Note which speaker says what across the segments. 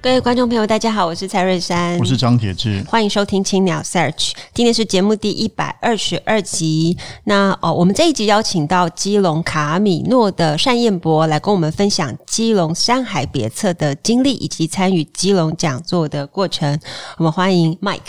Speaker 1: 各位观众朋友，大家好，我是蔡瑞
Speaker 2: 嗯
Speaker 1: 山，
Speaker 3: 我是张铁志。
Speaker 1: 欢迎收听青鸟 Search，今天是节目第一百二十二集。那哦，我们这一集邀请到基隆卡米诺的单彦博来跟我们分享基隆山海别册的经历，以及参与基隆讲座的过程。我们欢迎 Mike。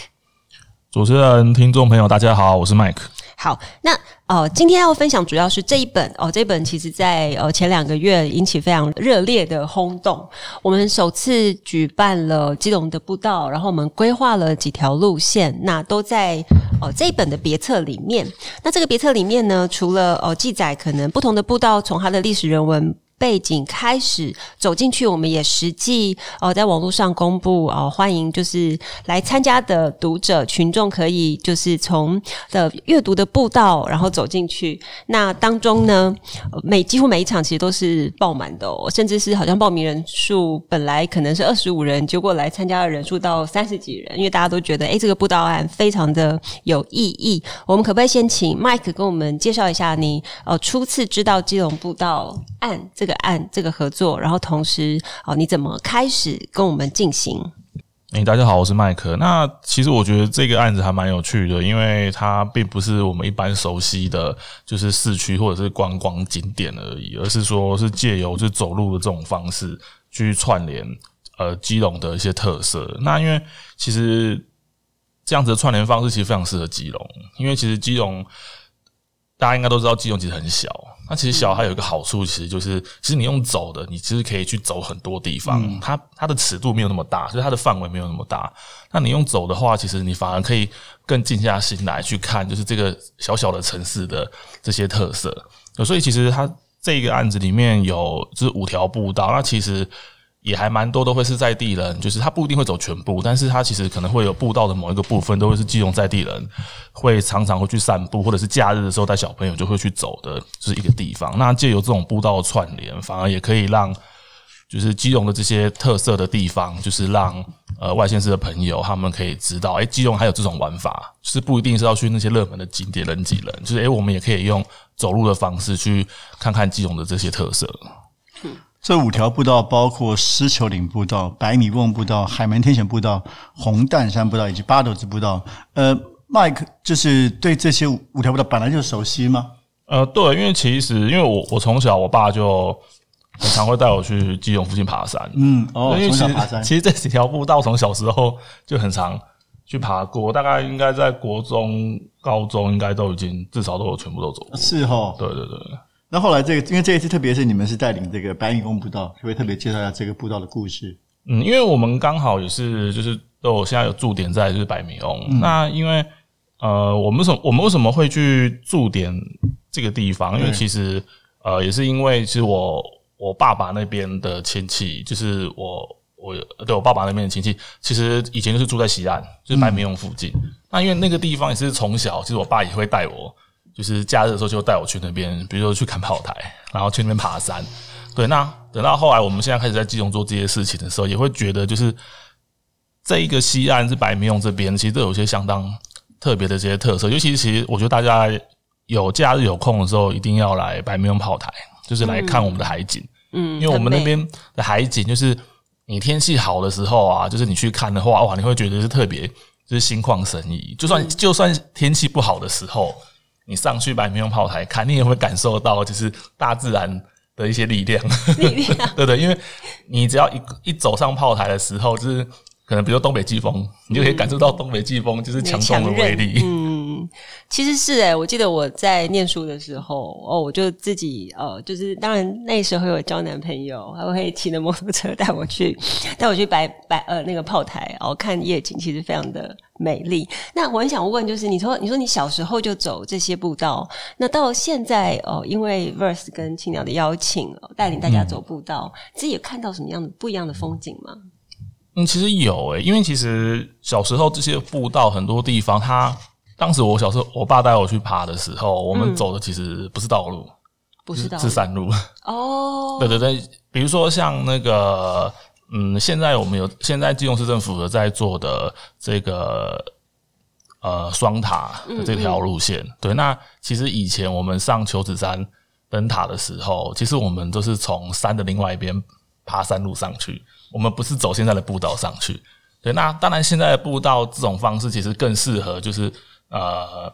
Speaker 2: 主持人、听众朋友，大家好，我是 Mike。
Speaker 1: 好，那呃，今天要分享主要是这一本哦、这本其实在呃前两个月引起非常热烈的轰动。我们首次举办了基隆的步道，然后我们规划了几条路线，那都在哦、这一本的别册里面。那这个别册里面呢，除了哦、记载可能不同的步道从它的历史人文。背景开始走进去，我们也实际哦、在网络上公布哦、欢迎就是来参加的读者群众可以就是从的阅读的步道，然后走进去。那当中呢，呃每几乎每一场其实都是爆满的、哦，甚至是好像报名人数本来可能是二十五人，结果来参加的人数到三十几人，因为大家都觉得哎诶这个步道案非常的有意义。我们可不可以先请 Mike 跟我们介绍一下你呃初次知道基隆步道案这个案这个合作，然后同时哦、你怎么开始跟我们进行？
Speaker 2: 诶，哎大家好，我是麦克。那其实我觉得这个案子还蛮有趣的，因为它并不是我们一般熟悉的，就是市区或者是观光景点而已，而是说是借由就走路的这种方式去串联呃基隆的一些特色。那因为其实这样子的串联方式其实非常适合基隆，因为其实基隆大家应该都知道，基隆其实很小。那其实小它有一个好处，其实就是其实你用走的，你其实可以去走很多地方。它它的尺度没有那么大，所以它的范围没有那么大。那你用走的话，其实你反而可以更静下心来去看，就是这个小小的城市的这些特色。呃所以其实它这个案子里面有就是五条步道，那其实也还蛮多都会是在地人，就是他不一定会走全部，但是他其实可能会有步道的某一个部分都会是基隆在地人会常常会去散步，或者是假日的时候带小朋友就会去走的，就是一个地方。那借由这种步道的串联，反而也可以让就是基隆的这些特色的地方，就是让呃外县市的朋友他们可以知道，诶，哎基隆还有这种玩法，就是不一定是要去那些热门的景点人挤人，就是诶，哎我们也可以用走路的方式去看看基隆的这些特色。
Speaker 3: 这五条步道包括狮球岭步道、百米瓮步道、海门天险步道、红蛋山步道以及八斗子步道。呃，Mike 就是对这些五条步道本来就熟悉吗？
Speaker 2: 呃，对，因为其实因为我我从小我爸就很常会带我去基隆附近爬山，
Speaker 3: 嗯，哦，
Speaker 2: 因为
Speaker 3: 从
Speaker 2: 其
Speaker 3: 小
Speaker 2: 实
Speaker 3: 爬山，
Speaker 2: 其实这几条步道从小时候就很常去爬过，大概应该在国中、高中应该都已经至少都有全部都走过。
Speaker 3: 是哦。
Speaker 2: 对对对。
Speaker 3: 那后来这个，因为这一次特别是你们是带领这个百米瓮步道，可不可以特别介绍一下这个步道的故事？
Speaker 2: 嗯，因为我们刚好也是就是都有现在有驻点在就是百米翁，那因为呃，我们为什么我们为什么会去驻点这个地方？因为其实呃，也是因为其实我我爸爸那边的亲戚，就是我我对我爸爸那边的亲戚，其实以前就是住在西岸，就是百米翁附近。那因为那个地方也是从小，其实我爸也会带我，就是假日的时候就带我去那边，比如说去看炮台，然后去那边爬山。对，那等到后来，我们现在开始在基隆做这些事情的时候，也会觉得就是这一个西岸是白明用这边，其实都有一些相当特别的这些特色。尤其是其实我觉得大家有假日有空的时候，一定要来白明用炮台，就是来看我们的海景，
Speaker 1: 嗯，
Speaker 2: 因为我们
Speaker 1: 很美
Speaker 2: 那边 的海景就是你天气好的时候啊，就是你去看的话，哇，你会觉得是特别就是心旷神怡。就
Speaker 1: 嗯
Speaker 2: 算就算天气不好的时候，你上去白明用炮台看，你也会感受到就是大自然的一些力量。
Speaker 1: 力量
Speaker 2: 对对，因为你只要一一走上炮台的时候，就是可能比如说东北季风，你就可以感受到东北季风就是强
Speaker 1: 强
Speaker 2: 风的威
Speaker 1: 韧
Speaker 2: 力。
Speaker 1: 嗯。嗯，其实是哎、我记得我在念书的时候，哦，我就自己呃，就是当然那时候有交男朋友，他会骑着摩托车带我去， 带我去白白呃那个炮台，然、后看夜景，其实非常的美丽。那我很想问，就是你说你说你小时候就走这些步道，那到现在哦、呃因为 Verse 跟青鸟的邀请，呃带领大家走步道，自己有看到什么样的不一样的风景吗？
Speaker 2: 嗯，其实有诶、因为其实小时候这些步道很多地方，它当时我小时候我爸带我去爬的时候，我们走的其实不是道路，
Speaker 1: 嗯不知道
Speaker 2: 是山路。
Speaker 1: 哦，
Speaker 2: 对对对，比如说像那个，嗯，现在我们有现在基隆市政府有在做的这个呃双塔的这条路线，对，那其实以前我们上求子山灯塔的时候，其实我们都是从山的另外一边爬山路上去，我们不是走现在的步道上去。对，那当然现在的步道这种方式其实更适合就是呃。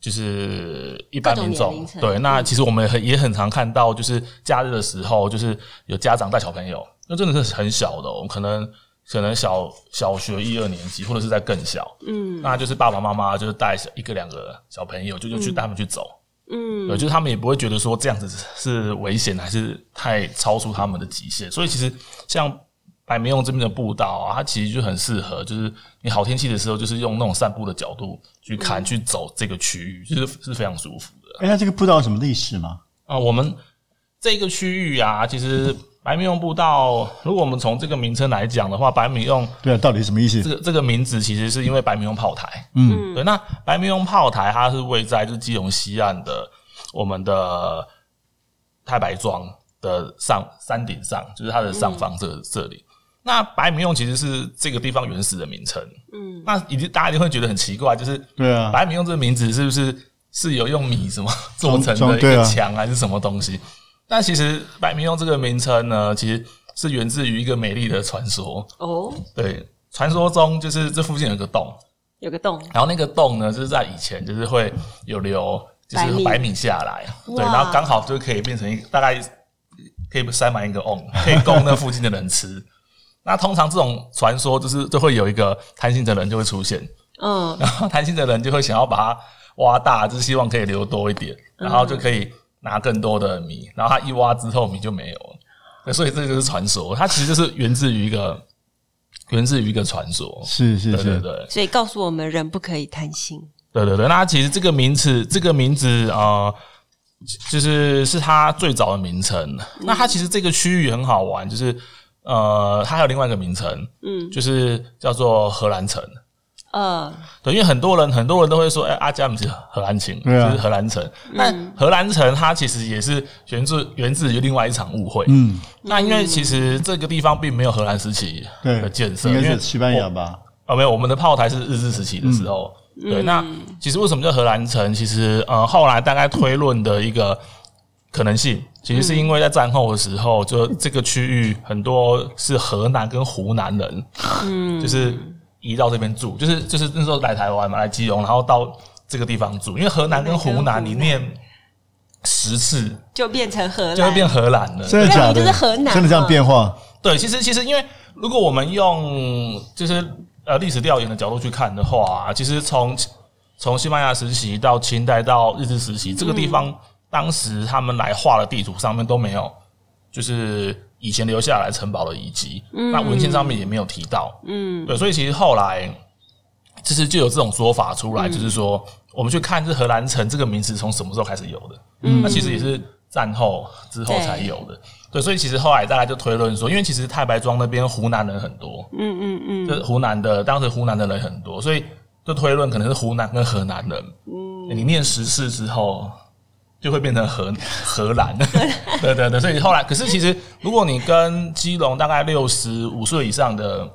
Speaker 2: 就是一般
Speaker 1: 各种
Speaker 2: 民
Speaker 1: 年
Speaker 2: 众
Speaker 1: 龄层嗯
Speaker 2: 对，那其实我们也很也很常看到，就是假日的时候，就是有家长带小朋友，那真的是很小的、哦，可能可能小小学一二年级，或者是在更小，嗯，那就是爸爸妈妈就是带小一个两个小朋友，就就去带他们去走，嗯，对，就是他们也不会觉得说这样子是危险，还是太超出他们的极限，所以其实像。白眉用这边的步道啊，它其实就很适合，就是你好天气的时候，就是用那种散步的角度去看、去走这个区域，就是是非常舒服的。
Speaker 3: 哎，那这个步道有什么历史吗？
Speaker 2: 啊，我们这个区域啊，其实白米用步道，如果我们从这个名称来讲的话，白米用
Speaker 3: 对啊，到底是什么意思
Speaker 2: 这？个这个名字其实是因为白米用炮台。嗯，对，那白米用炮台它是位在就是基隆西岸的我们的太白庄的上山顶上，就是它的上方这、这里。那白米用其实是这个地方原始的名称。嗯，那已经大家一定会觉得很奇怪，就是
Speaker 3: 对啊，
Speaker 2: 白米用这个名字是不是是有用米什么做成
Speaker 3: 装
Speaker 2: 的一
Speaker 3: 对啊
Speaker 2: 个墙还是什么东西？但其实白米用这个名称呢，其实是源自于一个美丽的传说。
Speaker 1: 哦，
Speaker 2: 对，传说中就是这附近有个洞，
Speaker 1: 有个洞，
Speaker 2: 然后那个洞呢，就是在以前就是会有流，就
Speaker 1: 白
Speaker 2: 是
Speaker 1: 米
Speaker 2: 白米下来，对，
Speaker 1: 哇
Speaker 2: 然后刚好就可以变成一个大概可以塞满一个瓮，可以供那附近的人吃。那通常这种传说就是就会有一个贪心的人就会出现，
Speaker 1: 嗯，
Speaker 2: 然后贪心的人就会想要把它挖大，就是希望可以留多一点，然后就可以拿更多的米，然后他一挖之后米就没有了，对所以这就是传说，它其实就是源自于一个源自于一个传说，
Speaker 3: 是是
Speaker 2: 对对
Speaker 3: 是，
Speaker 2: 对
Speaker 1: 所以告诉我们人不可以贪心。
Speaker 2: 对对对。那其实这个名字这个名字呃，就是是它最早的名称。那它其实这个区域很好玩，就是呃，它还有另外一个名称，嗯，就是叫做荷兰城。
Speaker 1: 呃，
Speaker 2: 对，因为很多人很多人都会说，哎、阿加姆是荷兰琴，
Speaker 3: 对啊
Speaker 2: 就是荷兰城。那、荷兰城它其实也是源自源自于另外一场误会。嗯，那因为其实这个地方并没有荷兰时期
Speaker 3: 对
Speaker 2: 的建设，
Speaker 3: 应该
Speaker 2: 因为
Speaker 3: 是西班牙吧？
Speaker 2: 哦，没有，我们的炮台是日治时期的时候。对，那其实为什么叫荷兰城？其实呃，后来大概推论的一个可能性，其实是因为在战后的时候，就这个区域很多是河南跟湖南人，嗯，就是移到这边住，就是就是那时候来台湾嘛，来基隆，然后到这个地方住，因为河南跟湖南你念十次
Speaker 1: 就变成荷兰，
Speaker 2: 就会变荷兰了，
Speaker 3: 真的假的？
Speaker 1: 对啊你就是河南嘛
Speaker 3: 真的这样变化？
Speaker 2: 对，其实其实因为如果我们用就是呃历史调研的角度去看的话、啊其实从从西班牙时期到清代到日治时期，这个地方、当时他们来画的地图上面都没有，就是以前留下来城堡的遗迹，
Speaker 1: 嗯
Speaker 2: 那文献上面也没有提到，嗯，对，所以其实后来其实就有这种说法出
Speaker 1: 嗯
Speaker 2: 来，就是说我们去看这荷兰城这个名词从什么时候开始有的，
Speaker 1: 嗯
Speaker 2: 那其实也是战后之后才有的。对，所以其实后来大家就推论说，因为其实太白庄那边湖南人很多，
Speaker 1: 嗯嗯嗯，
Speaker 2: 就是湖南的当时湖南的人很多，所以就推论可能是湖南跟河南人。
Speaker 1: 嗯
Speaker 2: 你念十次之后，就会变成荷荷兰。 对对对，所以后来，可是其实如果你跟基隆大概六十五岁以上的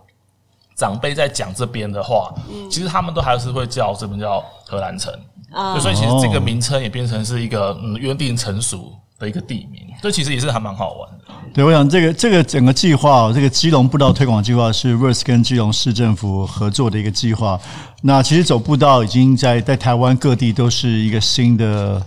Speaker 2: 长辈在讲这边的话，
Speaker 3: 嗯
Speaker 2: 其实他们都还是会叫这边叫荷兰城。
Speaker 1: 啊
Speaker 2: 对所以其实这个名称也变成是一个嗯约定成熟的一个地名，这其实也是还蛮好玩的。
Speaker 3: 对，我想这个这个整个计划哦，这个基隆步道推广计划是 Verse 跟基隆市政府合作的一个计划。那其实走步道已经在在台湾各地都是一个新的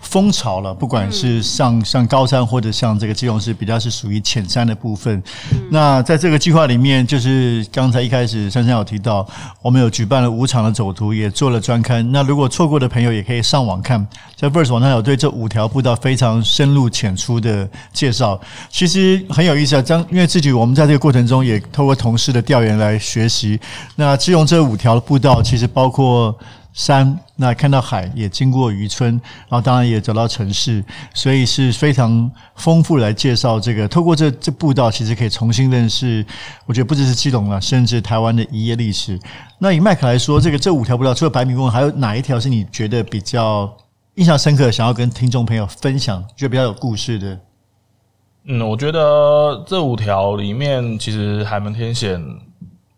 Speaker 3: 风潮了，不管是像像高山或者像这个基隆市，比较是属于浅山的部分。那在这个计划里面，就是刚才一开始珊珊有提到，我们有举办了五场的走读，也做了专刊。那如果错过的朋友，也可以上网看，在 Verse 网上有对这五条步道非常深入浅出的介绍。其实很有意思啊，将因为自己我们在这个过程中也透过同事的调研来学习。那基隆这五条步道，其实包括。山，那看到海，也经过渔村，然后当然也走到城市，所以是非常丰富来介绍这个。透过这这步道，其实可以重新认识，我觉得不只是基隆了，甚至台湾的渔业历史。那以麦克来说，这个这五条步道，除了白米翁，还有哪一条是你觉得比较印象深刻，想要跟听众朋友分享，觉得比较有故事的？
Speaker 2: 嗯，我觉得这五条里面，其实海门天险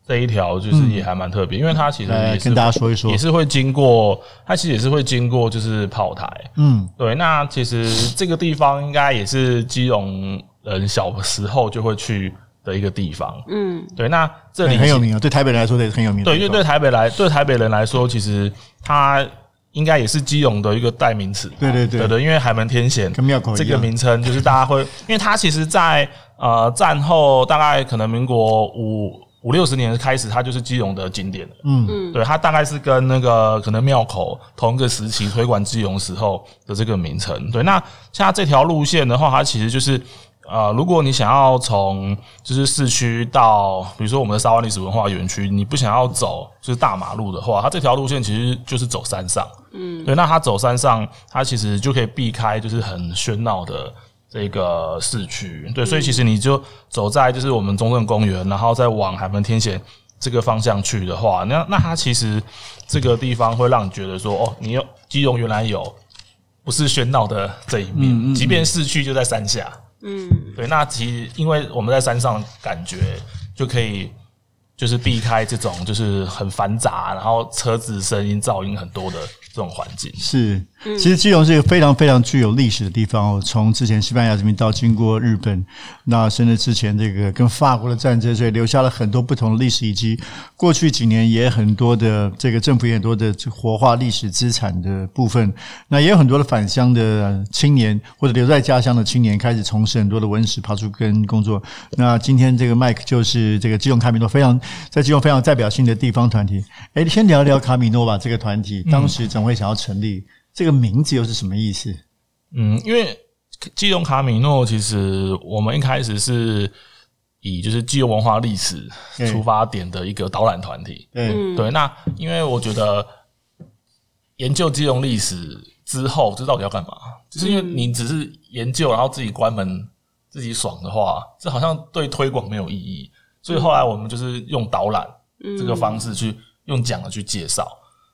Speaker 2: 这一条就是也还蛮特别，因为它其实
Speaker 3: 来嗯
Speaker 2: 也是
Speaker 3: 哎跟大家说一说
Speaker 2: 也。是会经过，它其实也是会经过就是炮台。
Speaker 3: 嗯，
Speaker 2: 对，那其实这个地方应该也是基隆人小时候就会去的一个地方。
Speaker 1: 嗯，
Speaker 2: 对，那这里
Speaker 3: 很很有名哦，对台北人来说，这也是很有名的
Speaker 2: 对，
Speaker 3: 地
Speaker 2: 因为
Speaker 3: 方。
Speaker 2: 对台北来，对台北人来说，其实它应该也是基隆的一个代名词。
Speaker 3: 对对对
Speaker 2: 对对，因为海门天险
Speaker 3: 跟庙口一样
Speaker 2: 这个名称，就是大家会，因为它其实在呃战后大概可能民国五五六十年开始，它就是基隆的景点了。
Speaker 3: 嗯，
Speaker 2: 对，它大概是跟那个可能庙口同一个时期推广基隆时候的这个名称。对，那像它这条路线的话，它其实就是。呃，如果你想要从就是市区到，比如说我们的沙湾历史文化园区，你不想要走就是大马路的话，它这条路线其实就是走山上。嗯，对，那它走山上，它其实就可以避开就是很喧闹的这个市区。对，所以其实你就走在就是我们中正公园，然后再往海门天险这个方向去的话，那那它其实这个地方会让你觉得说，哦，你有基隆原来有不是喧闹的这一面，即便市区就在山下，嗯，对，那其实因为我们在山上感觉就可以。就是避开这种就是很繁杂，然后车子声音噪音很多的这种环境。
Speaker 3: 是，其实基隆是一个非常非常具有历史的地方哦。从之前西班牙殖民到经过日本，那甚至之前这个跟法国的战争，所以留下了很多不同的历史以及过去几年也很多的这个政府也很多的活化历史资产的部分。那也有很多的返乡的青年或者留在家乡的青年开始从事很多的文史爬树跟工作。那今天这个 Mike 就是这个基隆卡米诺非常在基隆非常有代表性的地方团体。哎，先聊聊卡米诺吧这个团体，当时怎么会想要成立？这个名字又是什么意思？
Speaker 2: 嗯，因为基隆卡米诺其实我们一开始是以就是基隆文化历史
Speaker 3: 嗯
Speaker 2: 出发点的一个导览团体。
Speaker 3: 对，
Speaker 2: 对，那因为我觉得研究基隆历史之后，这到底要干嘛？就是因为
Speaker 3: 嗯
Speaker 2: 你只是研究，然后自己关门自己爽的话，这好像对推广没有意义。所以后来我们就是用导览
Speaker 3: 嗯
Speaker 2: 这个方式去用讲的去介绍。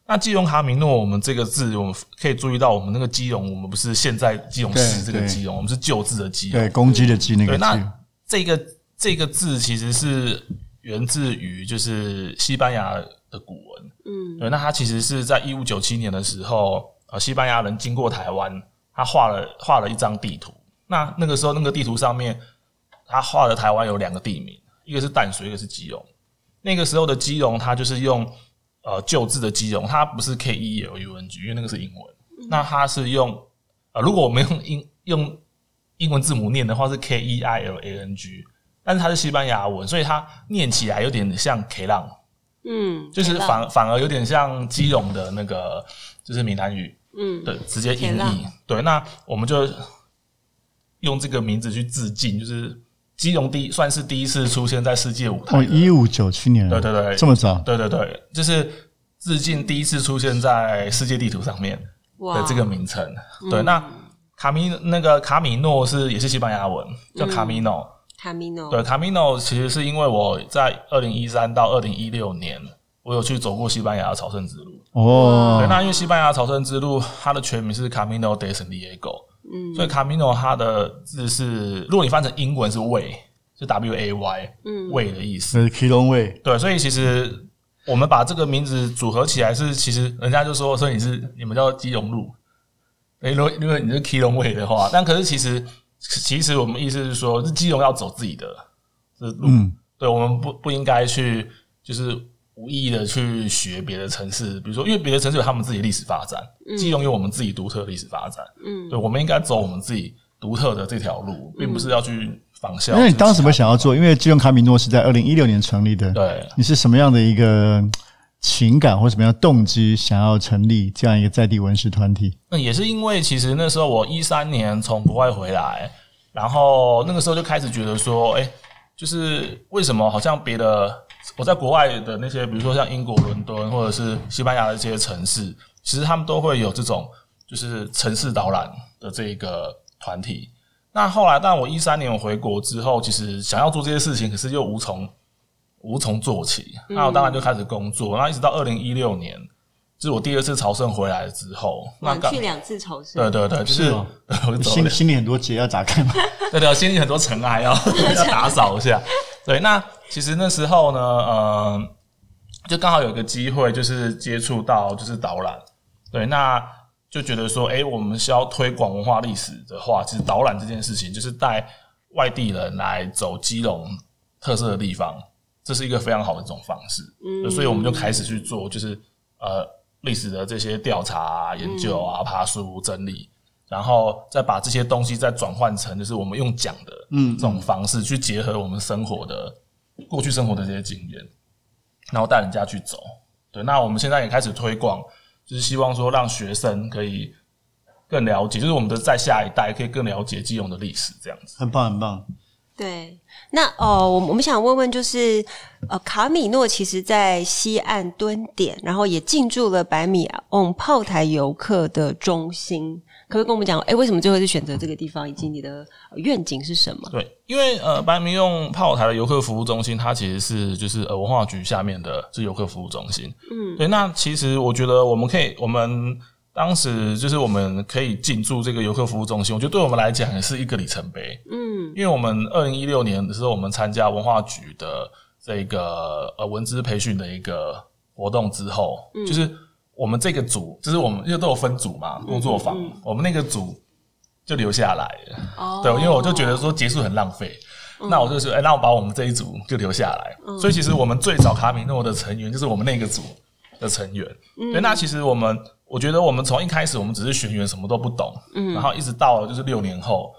Speaker 2: 那基隆哈米诺，我们这个字，我们可以注意到，我们那个基隆，我们不是现在基隆市这
Speaker 3: 对
Speaker 2: 个
Speaker 3: 对
Speaker 2: 基隆，我们是旧字的基隆。
Speaker 3: 对，公鸡的鸡那个
Speaker 2: 对，那
Speaker 3: 鸡，
Speaker 2: 这个这个字其实是源自于就是西班牙的古文，嗯，对，那它其实是在一五九七年的时候，呃，西班牙人经过台湾，他画了画了一张地图，那那个时候那个地图上面他画的台湾有两个地名，一个是淡水，一个是基隆。那个时候的基隆，它就是用呃旧字的基隆，它不是 K E L U N G，因为那个是英文，那它是用呃，如果我们用英用英文字母念的话是 K E I L A N G，但是它是西班牙文，所以它念起来有点像 K 浪，
Speaker 1: 嗯，
Speaker 2: 就是
Speaker 1: 可以吧
Speaker 2: 反反而有点像基隆的那个就是闽南语，
Speaker 1: 嗯
Speaker 2: 对，直接音
Speaker 1: 铁浪
Speaker 2: 译。对，那我们就用这个名字去致敬，就是基隆第一算是第一次出现在世界舞
Speaker 3: 哦，
Speaker 2: 台的
Speaker 3: 一五九七年，
Speaker 2: 对对对
Speaker 3: 这么早，
Speaker 2: 对对对，就是致敬第一次出现在世界地图上面的这个名称。
Speaker 1: 嗯
Speaker 2: 对，那卡米那个卡米诺是也是西班牙文，
Speaker 1: 嗯
Speaker 2: 叫卡米诺。
Speaker 1: 卡米诺，
Speaker 2: 对，卡米诺其实是因为我在二零一三到二零一六年，我有去走过西班牙的朝圣之路。对，
Speaker 3: 哦，
Speaker 2: 那因为西班牙朝圣之路，它的全名是 Camino de San Diego，嗯，所以 Camino 它的字是，如果你翻成英文是 way，是 W A Y，嗯，way 的意思。
Speaker 3: 那是 K 龙卫，
Speaker 2: 对，所以其实我们把这个名字组合起来是，其实人家就说，所以你是你们叫基隆路，哎，如果如果你是基隆卫的话，但可是其实其实我们意思是说，是基隆要走自己的这路，
Speaker 3: 嗯
Speaker 2: 对，我们不不应该去就是无意义的去学别的城市，比如说，因为别的城市有他们自己的历史发展，基隆有我们自己独特的历史发展，嗯，对，我们应该走我们自己独特的这条路，并不是要去仿效。
Speaker 3: 那你当时为想
Speaker 2: 要
Speaker 3: 要做？因为基隆卡米诺是在二零一六年成立的，
Speaker 2: 对
Speaker 3: 你是什么样的一个情感或什么样的动机，想要成立这样一个在地文史团体？
Speaker 2: 那也是因为其实那时候我一三年从国外回来，然后那个时候就开始觉得说，哎、就是为什么好像别的我在国外的那些，比如说像英国伦敦或者是西班牙的这些城市，其实他们都会有这种就是城市导览的这一个团体。那后来，但我一三年我回国之后，其实想要做这些事情，可是又无从无从做起。那我当然就开始工作，那一直到二零一六年，就是我第二次朝圣回来之后，那
Speaker 1: 我
Speaker 2: 刚
Speaker 1: 去两次朝圣，
Speaker 2: 对对对，就是
Speaker 3: 是哦
Speaker 2: 我就走了
Speaker 3: 心心里很多结啊要打开嘛。
Speaker 2: 对对，心里很多尘埃要 要打扫一下。对，那其实那时候呢，呃，就刚好有一个机会，就是接触到就是导览，对，那就觉得说，哎，我们是要推广文化历史的话，其实导览这件事情，就是带外地人来走基隆特色的地方，这是一个非常好的一种方式。嗯，所以我们就开始去做，就是呃历史的这些调查啊、研究啊、爬书、整理，然后再把这些东西再转换成，就是我们用讲的这种方式去结合我们生活的过去生活的这些经验，然后带人家去走。对，那我们现在也开始推广，就是希望说让学生可以更了解，就是我们的在下一代可以更了解基隆的历史这样子。
Speaker 3: 很棒，很棒。
Speaker 1: 对，那哦，我们我们想问问，就是呃，卡米诺其实在西岸蹲点，然后也进驻了百米瓮炮台游客的中心，可不可以跟我们讲，哎，为什么最后是选择这个地方，以及你的呃愿景是什么？
Speaker 2: 对，因为呃，白明用炮台的游客服务中心，它其实是就是呃文化局下面的是游客服务中心。嗯，对。那其实我觉得我们可以，我们当时就是我们可以进驻这个游客服务中心，我觉得对我们来讲也是一个里程碑。嗯，因为我们二零一六年的时候，我们参加文化局的这个呃文资培训的一个活动之后，就是我们这个组，就是我们因为都有分组嘛，工作坊，我们那个组就留下来了。
Speaker 1: 哦
Speaker 2: 对，因为我就觉得说结束很浪费。那我就说，哎、那我把我们这一组就留下来。所以其实我们最早卡米诺的成员就是我们那个组的成员。对，那其实我们，我觉得我们从一开始我们只是学员，什么都不懂。然后一直到了就是六年后，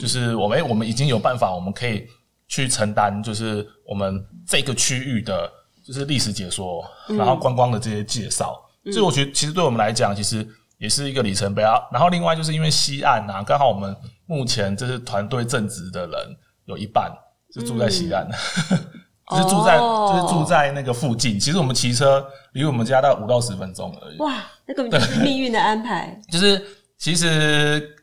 Speaker 2: 就是我们、哎我们已经有办法，我们可以去承担，就是我们这个区域的，就是历史解说，然后观光的这些介绍。所以我觉得，其实对我们来讲，其实也是一个里程碑啊。然后另外就是因为西岸啊，刚好我们目前就是团队正职的人有一半是住在西岸， 就是住在、
Speaker 1: 哦
Speaker 2: 就是住在那个附近。其实我们骑车离我们家大概五到十分钟而已。
Speaker 1: 哇，那根本就是命运的安排。
Speaker 2: 就是其实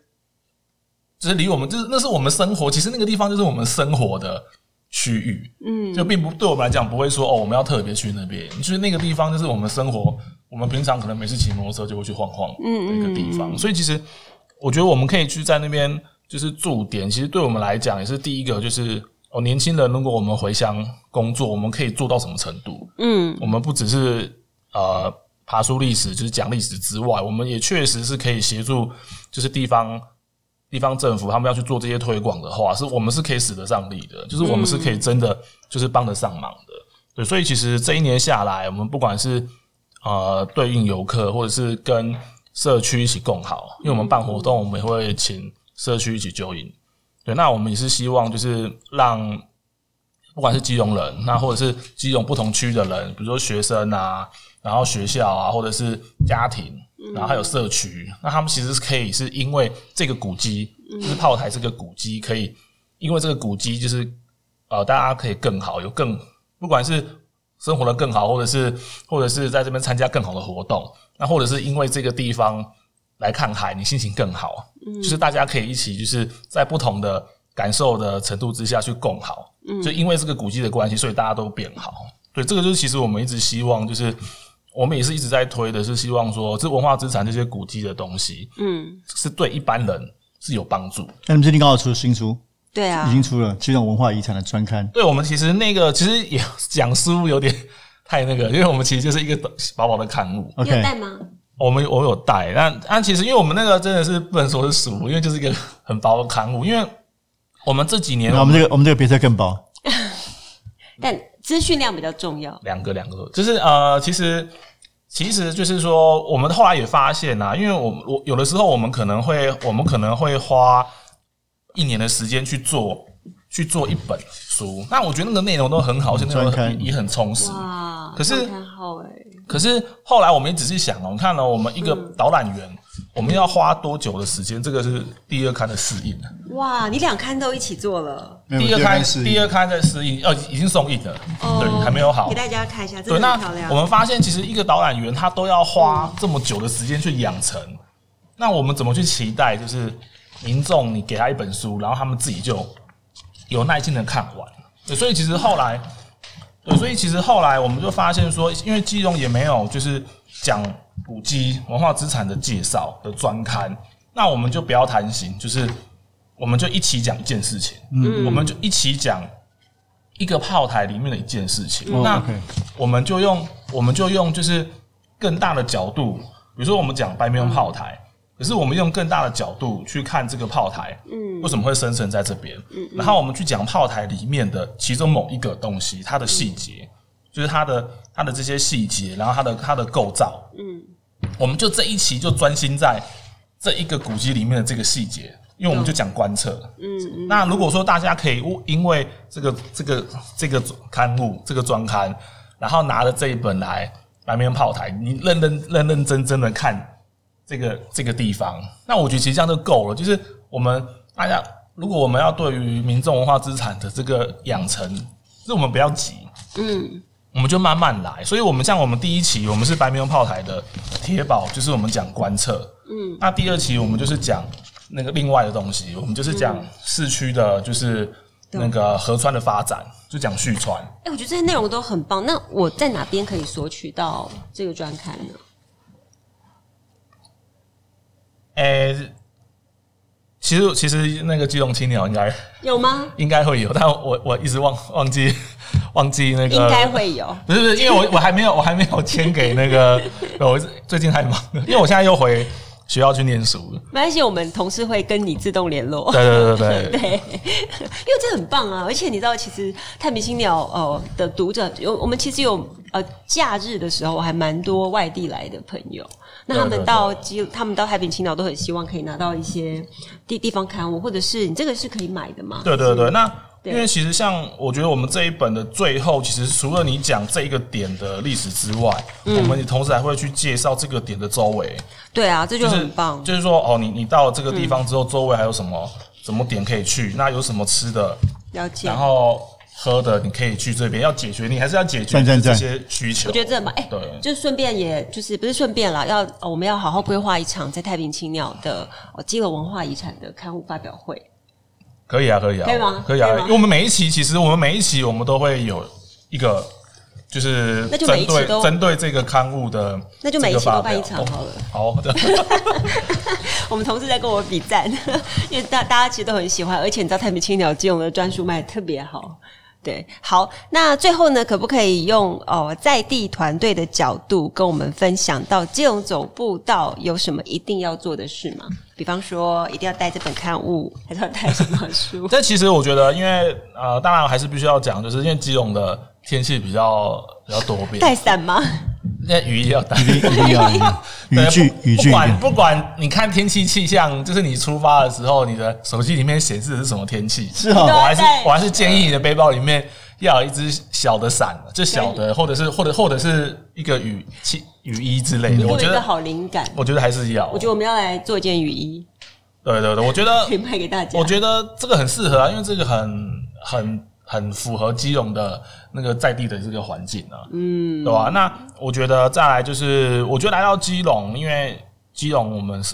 Speaker 2: 就是离我们就是那是我们生活，其实那个地方就是我们生活的区域，嗯，就并不对我们来讲不会说哦我们要特别去那边，就是那个地方就是我们生活，我们平常可能每次骑摩托车就会去晃晃
Speaker 1: 嗯
Speaker 2: 的一个地方，所以其实我觉得我们可以去在那边就是驻点，其实对我们来讲也是第一个就是。哦，年轻人，如果我们回乡工作，我们可以做到什么程度？
Speaker 1: 嗯
Speaker 2: 我们不只是呃爬书历史，就是讲历史之外，我们也确实是可以协助，就是地方地方政府他们要去做这些推广的话，是我们是可以使得上力的，就是我们是可以真的就是帮得上忙的。对，所以其实这一年下来，我们不管是呃对应游客，或者是跟社区一起共好，因为我们办活动，我们也会请社区一起揪营。对，那我们也是希望就是让不管是基隆人，那或者是基隆不同区的人，比如说学生啊，然后学校啊，或者是家庭，然后还有社区，那他们其实是可以是因为这个古迹，就是炮台这个古迹，可以因为这个古迹，就是呃，大家可以更好，有更不管是生活的更好，或者是或者是在这边参加更好的活动，那或者是因为这个地方来看海，你心情更好，就是大家可以一起就是在不同的感受的程度之下去共好，就因为这个古迹的关系，所以大家都变好。对，这个就是其实我们一直希望，就是我们也是一直在推的，是希望说这文化资产这些古迹的东西，
Speaker 1: 嗯，
Speaker 2: 是对一般人是有帮助的。
Speaker 3: 那你们最近刚好出了新书，
Speaker 1: 对啊
Speaker 3: 已，经出了《基隆文化遗产》的专刊。
Speaker 2: 对我们其实那个其实也讲书有点太那个，因为我们其实就是一个薄薄的刊物，
Speaker 1: 你有
Speaker 3: OK，
Speaker 1: 带吗？
Speaker 2: 我们我有带，但但其实因为我们那个真的是不能说是书，因为就是一个很薄的刊物，因为我们这几年
Speaker 3: 那我们这个我们这个别册更薄，
Speaker 1: 但资讯量比较重要。
Speaker 2: 两个两个，就是呃，其实其实就是说，我们后来也发现啊，因为我们我有的时候我们可能会我们可能会花一年的时间去做去做一本书，那我觉得那个内容都很好，而且内容
Speaker 3: 专
Speaker 2: 很
Speaker 3: 刊
Speaker 2: 也很充实。
Speaker 1: 哇，
Speaker 2: 可是
Speaker 1: 看好哎、
Speaker 2: 可是后来我们也仔细想哦，你看了我们一个导览员，我们要花多久的时间？这个是第二刊的适应，
Speaker 1: 哇，你两刊都一起做了，
Speaker 3: 没有
Speaker 2: 第二刊
Speaker 3: 是
Speaker 2: 第二刊的适应，呃，已经送印了，
Speaker 1: 哦
Speaker 2: 对，还没有好
Speaker 1: 给。大家看一下，真
Speaker 2: 对，
Speaker 1: 的
Speaker 2: 那
Speaker 1: 很漂亮
Speaker 2: 我。们发现其实一个导览员他都要花这么久的时间去养成，那我们怎么去期待就是民众你给他一本书，然后他们自己就有耐心的看完？对所以其实后来，对，所以其实后来我们就发现说，因为基隆也没有就是讲古迹文化资产的介绍的专刊，那我们就不要贪心，就是我们就一起讲一件事情，嗯，我们就一起讲一个炮台里面的一件事情。
Speaker 3: 哦
Speaker 2: 那
Speaker 3: OK
Speaker 2: 我们就用我们就用就是更大的角度，比如说我们讲白面炮台，可是我们用更大的角度去看这个炮台，嗯，为什么会生成在这边？然后我们去讲炮台里面的其中某一个东西，它的细节，就是它的它的这些细节，然后它的它的构造，我们就这一期就专心在这一个古迹里面的这个细节，因为我们就讲观测。嗯，那如果说大家可以因为这个这个这个刊物这个专刊，然后拿着这一本来白面炮台，你认认认认真真的看这个这个地方，那我觉得其实这样就够了。就是我们大家，如果我们要对于民众文化资产的这个养成，就是我们不要急，
Speaker 1: 嗯，
Speaker 2: 我们就慢慢来。所以，我们像我们第一期，我们是白明炮台的铁宝，就是我们讲观测。嗯，那第二期我们就是讲那个另外的东西，我们就是讲市区的，就是那个河川的发展，就讲旭川。
Speaker 1: 哎、我觉得这些内容都很棒。那我在哪边可以索取到这个专刊呢？
Speaker 2: 诶、其实其实那个基隆青鸟应该
Speaker 1: 有吗？
Speaker 2: 应该会有，但我我一直忘忘记忘记那个
Speaker 1: 应该会有。
Speaker 2: 不是不是，因为我我还没有我还没有签给那个， 我最近太忙了，因为我现在又回学校去念书了。
Speaker 1: 没关系，我们同事会跟你自动联络。
Speaker 2: 对对对对对，
Speaker 1: 对，因为这很棒啊！而且你知道，其实《太平星鸟》呃的读者有，我们其实有呃假日的时候还蛮多外地来的朋友，那他
Speaker 2: 对
Speaker 1: 们
Speaker 2: 对
Speaker 1: 到基，他们到太平星鸟都很希望可以拿到一些地地方刊物，或者是你这个是可以买的嘛？
Speaker 2: 对对对，那
Speaker 1: 对
Speaker 2: 因为其实像我觉得我们这一本的最后，其实除了你讲这一个点的历史之外，
Speaker 1: 嗯
Speaker 2: 我们也同时还会去介绍这个点的周围，
Speaker 1: 对啊，这就
Speaker 2: 就是
Speaker 1: 很棒。嗯
Speaker 2: 就是说哦，你你到了这个地方之后，周围还有什么什么点可以去？那有什么吃的？
Speaker 1: 了解
Speaker 2: 然。后。喝的你可以去这边，要解决你还是要解决
Speaker 3: 赞赞
Speaker 2: 这
Speaker 3: 赞
Speaker 2: 些需求。
Speaker 1: 我觉得这很棒，哎、
Speaker 2: 对
Speaker 1: 就顺便也，就是不是顺便啦，要、呃我们要好好规划一场在太平青鸟的呃基隆文化遗产的刊物发表会。
Speaker 2: 可以啊，可以啊，
Speaker 1: 可以吗
Speaker 2: 可以啊，
Speaker 1: 可以吗
Speaker 2: 因为我们每一期其实我们每一期我们都会有一个，就是
Speaker 1: 那就每
Speaker 2: 针
Speaker 1: 一期
Speaker 2: 对
Speaker 1: 都
Speaker 2: 针对这个刊物的
Speaker 1: 那就
Speaker 2: 这个发表，
Speaker 1: 每一期都办一场好了
Speaker 2: 哦。好的，
Speaker 1: 我们同事在跟我比赞， 因为大大家其实都很喜欢，而且你知道太平青鸟金融的专书卖得特别好。对，好，那最后呢，可不可以用哦在地团队的角度跟我们分享到基隆走步道有什么一定要做的事吗？比方说，一定要带这本刊物，还是要带什么 书？
Speaker 2: 这其实我觉得，因为呃，当然还是必须要讲，就是因为基隆的天气比较比较多变，
Speaker 1: 带伞吗？
Speaker 2: 那雨衣要带。
Speaker 3: 一定要 一定要
Speaker 2: 对
Speaker 3: 语句
Speaker 2: 不
Speaker 3: 语句
Speaker 2: 不
Speaker 3: 一
Speaker 2: 管
Speaker 3: 定，
Speaker 2: 不管你看天气气象，就是你出发的时候，你的手机里面显示的是什么天气，
Speaker 3: 是哦
Speaker 1: 对
Speaker 2: 我还是
Speaker 1: 对
Speaker 2: 我还是建议你的背包里面要有一只小的伞，就小的，或者是或者或者是一个雨气雨衣之类的。
Speaker 1: 给
Speaker 2: 我
Speaker 1: 我嗯一
Speaker 2: 觉
Speaker 1: 个
Speaker 2: 得
Speaker 1: 好灵感。
Speaker 2: 我觉得还是要，
Speaker 1: 我觉得我们要来做一件雨衣，
Speaker 2: 对对 对，我觉得
Speaker 1: 可以卖给大家。
Speaker 2: 我觉得这个很适合啊，因为这个很很很符合基隆的那个在地的这个环境啊，嗯，对吧、那我觉得再来就是，我觉得来到基隆，因为基隆我们是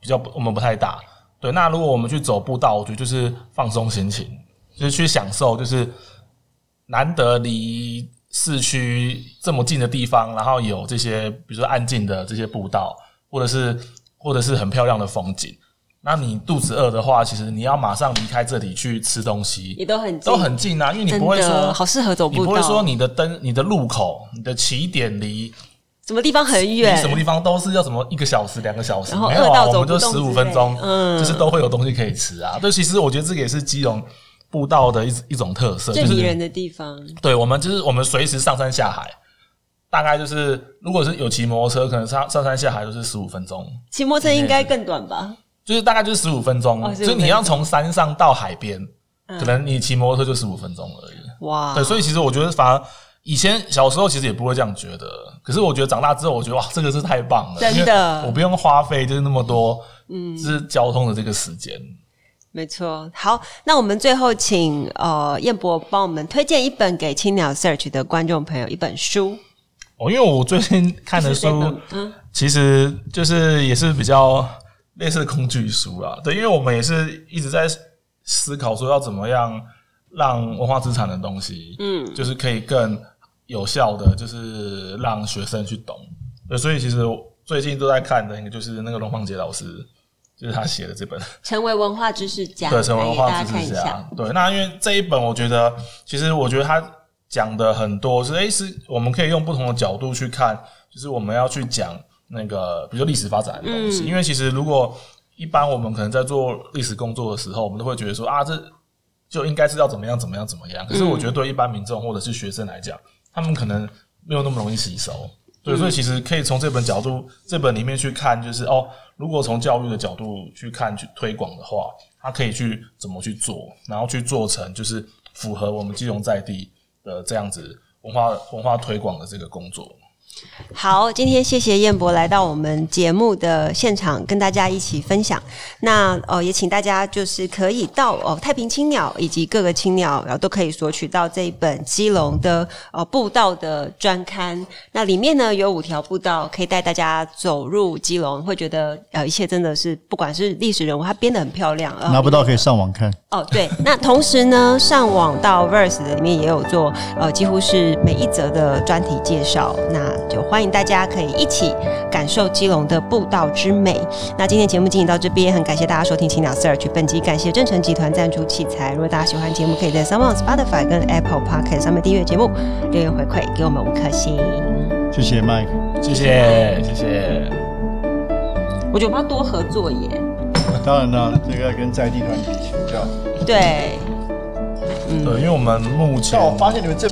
Speaker 2: 比较不我们不太大，对。那如果我们去走步道，我觉得就是放松心情，就是去享受，就是难得离市区这么近的地方，然后有这些比如说安静的这些步道，或者是或者是很漂亮的风景。那你肚子饿的话，其实你要马上离开这里去吃 东
Speaker 1: 也
Speaker 2: 西，
Speaker 1: 都很近
Speaker 2: 都很近啊，因为你
Speaker 1: 真
Speaker 2: 不会
Speaker 1: 的
Speaker 2: 说
Speaker 1: 好适合走
Speaker 2: 你
Speaker 1: 步
Speaker 2: 不会说
Speaker 1: 道，
Speaker 2: 你的灯、你的路口、你的起点离
Speaker 1: 什么地方很
Speaker 2: 离
Speaker 1: 远，
Speaker 2: 什么地方都是要什么一个小时、两个小时，
Speaker 1: 然后
Speaker 2: 没有
Speaker 1: 饿到
Speaker 2: 啊，
Speaker 1: 走
Speaker 2: 我们就
Speaker 1: 不动
Speaker 2: 十五
Speaker 1: 之
Speaker 2: 分钟
Speaker 1: 类，嗯
Speaker 2: 就是都会有东西可以吃啊。对，其实我觉得这个也是基隆步道的一一种特色，
Speaker 1: 最
Speaker 2: 呃就
Speaker 1: 迷
Speaker 2: 是
Speaker 1: 人的地方，
Speaker 2: 对我们就是我们随时上山下海，大概就是如果是有骑摩托车，可能上上山下海就是十五分钟，
Speaker 1: 骑摩托车应该更短吧？
Speaker 2: 就是大概就是十五分钟，
Speaker 1: 哦15
Speaker 2: 所以你
Speaker 1: 分
Speaker 2: 要
Speaker 1: 钟
Speaker 2: 从山上到海边，
Speaker 1: 嗯
Speaker 2: 可能你骑摩托车就十五分钟而已。
Speaker 1: 哇
Speaker 2: 对，，所以其实我觉得反而。以前小时候其实也不会这样觉得，可是我觉得长大之后，我觉得哇，这个是太棒了，
Speaker 1: 真
Speaker 2: 因为
Speaker 1: 的
Speaker 2: 我不用花费就是那么多，嗯，就是交通的这个时间。
Speaker 1: 没错。好，那我们最后请呃燕博帮我们推荐一本给青鸟 Search 的观众朋友一本书，
Speaker 2: 哦，因为我最近看的
Speaker 1: 是这
Speaker 2: 书
Speaker 1: 本，嗯，
Speaker 2: 其实就是也是比较类似工具书啦，对，因为我们也是一直在思考说要怎么样让文化资产的东西，嗯，就是可以更有效的，就是让学生去懂。对，所以其实我最近都在看的，就是那个龙凤杰老师，就是他写的这本
Speaker 1: 成为文化知识家，
Speaker 2: 对，成为
Speaker 1: 来
Speaker 2: 文
Speaker 1: 大
Speaker 2: 化
Speaker 1: 家
Speaker 2: 知
Speaker 1: 看一
Speaker 2: 识
Speaker 1: 下
Speaker 2: 家。。对，那因为这一本，我觉得其实我觉得他讲的很多是，诶，是我们可以用不同的角度去看，就是我们要去讲那个，比如说历史发展的东
Speaker 1: 嗯
Speaker 2: 西。因为其实如果一般我们可能在做历史工作的时候，我们都会觉得说啊，这就应该是要怎么样怎么样怎么样。可是我觉
Speaker 1: 嗯
Speaker 2: 得对一般民众或者是学生来讲，他们可能没有那么容易吸收。对，所以其实可以从这本角度、这本里面去看，就是哦，如果从教育的角度去看、去推广的话，它可以去怎么去做，然后去做成就是符合我们基隆在地的这样子文化文化推广的这个工作。
Speaker 1: 好，今天谢谢燕博来到我们节目的现场，跟大家一起分享。那呃，也请大家就是可以到哦太平青鸟以及各个青鸟，然后都可以索取到这一本基隆的呃步道的专刊。那里面呢有五条步道，可以带大家走入基隆，会觉得呃一切真的是不管是历史人物，它编得很漂亮，呃
Speaker 3: 拿不到可以上网看。
Speaker 1: 哦，对，那同时呢，上网到 Verse 里面也有做，呃，几乎是每一则的专题介绍，那就欢迎大家可以一起感受基隆的步道之美。那今天节目进行到这边，很感谢大家收听青鸟 Search 本集，感谢正成集团赞助器材。如果大家喜欢节目，可以在 s o m e o n Spotify 跟 Apple Podcast 上面订阅节目，留言回馈给我们五颗星。
Speaker 3: 谢谢 Mike。
Speaker 2: 谢谢，谢谢。
Speaker 1: 我觉得我们要多合作耶，
Speaker 3: 当然啦，这个要跟在地团体请教。
Speaker 1: 对。
Speaker 2: 对，因为我们目前
Speaker 3: 但我发现你们这。